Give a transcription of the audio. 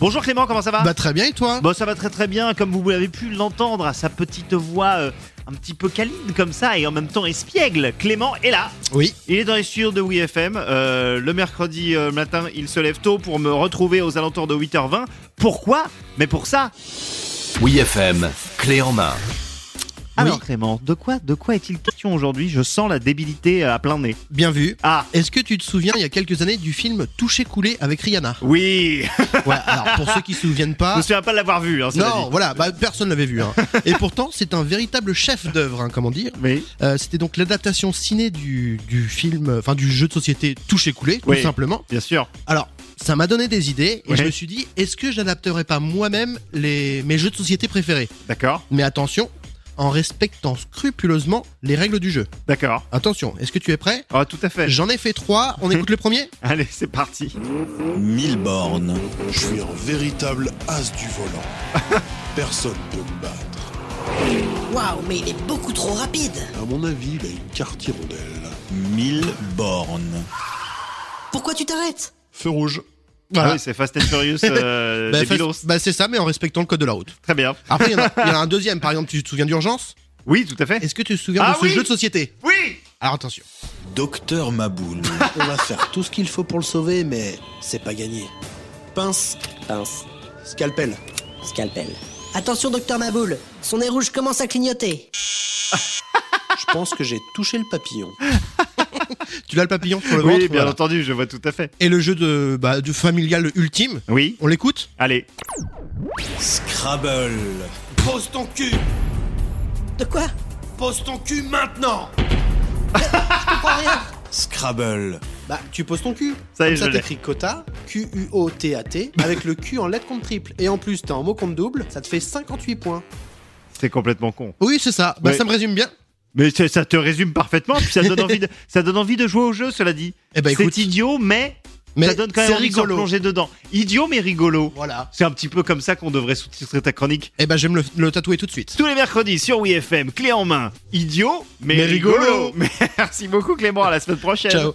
Bonjour Clément, comment ça va Bah très bien et toi Bon, ça va très très bien, comme vous l'avez pu l'entendre à sa petite voix euh, un petit peu câline comme ça et en même temps espiègle. Clément est là. Oui. Il est dans les studios de WeFM. Euh, le mercredi euh, matin, il se lève tôt pour me retrouver aux alentours de 8h20. Pourquoi Mais pour ça. Oui FM, clé en main. Alors Clément, de quoi, de quoi est-il question aujourd'hui Je sens la débilité euh, à plein nez. Bien vu. Ah Est-ce que tu te souviens il y a quelques années du film Touché coulé avec Rihanna oui, Ouais, alors pour ceux qui se souviennent je pas. me souviens pas de l'avoir vu. Hein, cela Non, voilà, bah, personne l'avait vu. hein. Et pourtant, c'est un véritable chef d'œuvre, hein, comment dire. dit. Oui. Euh, C'était donc l'adaptation ciné du, du film, euh, enfin du jeu de société Touché coulé, tout Oui. simplement. Bien sûr. Alors, ça m'a donné des idées et Ouais. je me suis dit, est-ce que j'adapterais pas moi-même les mes jeux de société préférés D'accord. Mais attention, en respectant scrupuleusement les règles du jeu. D'accord. Attention, est-ce que tu es prêt Ah, tout à fait. J'en ai fait trois, on écoute le premier Allez, c'est parti. Mille bornes. Je suis un véritable as du volant. Personne peut me battre. Waouh, mais il est beaucoup trop rapide À mon avis, il a une carte hirondelle. Mille bornes. Pourquoi tu t'arrêtes Feu rouge. Voilà. Ah oui, c'est Fast and Furious euh, Bah, des face- Beatles. bah, c'est ça, mais en respectant le code de la route. Très bien. Après, il y, en a- il y en a un deuxième, par exemple, tu te souviens d'urgence Oui, tout à fait. Est-ce que tu te souviens Ah de ce oui jeu de société Oui Alors attention. Docteur Maboul. On va faire tout ce qu'il faut pour le sauver, mais c'est pas gagné. Pince, Pince, scalpel. scalpel. Attention, docteur Maboul, son nez rouge commence à clignoter. Je pense que j'ai touché le papillon. Tu l'as le papillon sur le Oui, ventre bien voilà. entendu, je vois tout à fait. Et le jeu de, bah, de familial ultime, Oui, on l'écoute allez. Scrabble. Pose ton cul De quoi Pose ton cul maintenant Scrabble. Bah, tu poses ton cul. Ça y Comme est, je ça, l'ai. t'écris quota, Q-U-O-T-A-T, avec le Q en lettre compte triple. Et en plus, t'es en mot compte double, ça te fait 58 points. C'est complètement con. Oui, c'est ça. Bah, Oui. ça me résume bien. Mais c'est- ça te résume parfaitement, puis ça donne envie de, ça donne envie de jouer au jeu, cela dit. Eh bah, écoute. c'est idiot, mais, Mais ça donne quand même c'est envie de se rigolo. plonger dedans. Idiot, mais rigolo. Voilà. C'est un petit peu comme ça qu'on devrait sous-titrer ta chronique. Eh bah, je vais me le, le tatouer tout de suite. Tous les mercredis sur WeFM, clé en main. Idiot, mais, Mais rigolo. Merci beaucoup Clément, à la semaine prochaine. Ciao.